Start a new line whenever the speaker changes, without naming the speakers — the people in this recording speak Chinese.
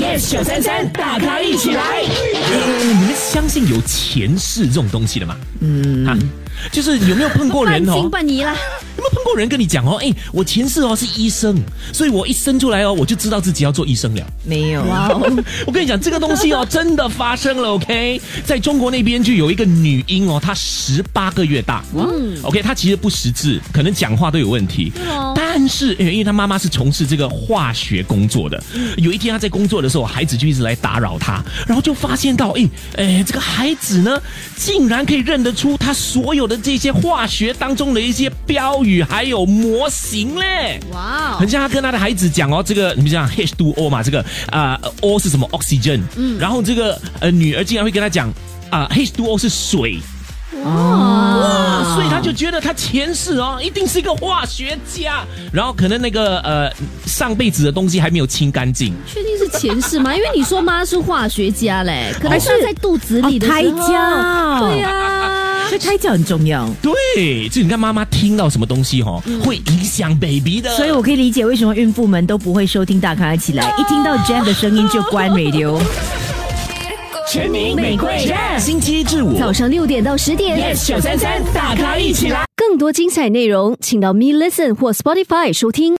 Yes 九三三，大咖一起来。
呃你们相信有前世这种东西的吗？嗯，啊，就是有没有碰过人
半
哦
信？半疑啦。
有没有碰过人跟你讲哦？哎、我前世哦是医生，所以我一生出来哦，我就知道自己要做医生了。
没有，
哇哦，
我跟你讲，这个东西哦，真的发生了。OK，在中国那边就有一个女婴哦，她十八个月大。嗯，OK，她其实不识字，可能讲话都有问题。
哦
但是，因为因为她妈妈是从事这个化学工作的，有一天她在工作的时候，孩子就一直来打扰她，然后就发现到，哎哎，这个孩子呢，竟然可以认得出他所有的这些化学当中的一些标语还有模型嘞。
哇哦
很，像他跟他的孩子讲哦，这个你们讲 H2O 嘛，这个啊、呃 O 是什么 oxygen，嗯，然后这个呃女儿竟然会跟他讲啊、H2O 是水。哇！所以他就觉得他前世哦，一定是一个化学家，然后可能那个呃上辈子的东西还没有清干净，
确定是前世吗？因为你说妈是化学家嘞，可能
还
是哦在肚子
哦
里的时候
胎教，
对啊呀
所，以胎教很重要。
对，就你看妈妈听到什么东西哦，会影响 baby 的。
所以我可以理解为什么孕妇们都不会收听大咖起来，一听到 Jeff 的声音就关 radio。
全民玫瑰 Yes
星期一至五
早上六点到十点
Yes 九三三，大咖一起来。
更多精彩内容，请到 Me Listen 或 Spotify 收听。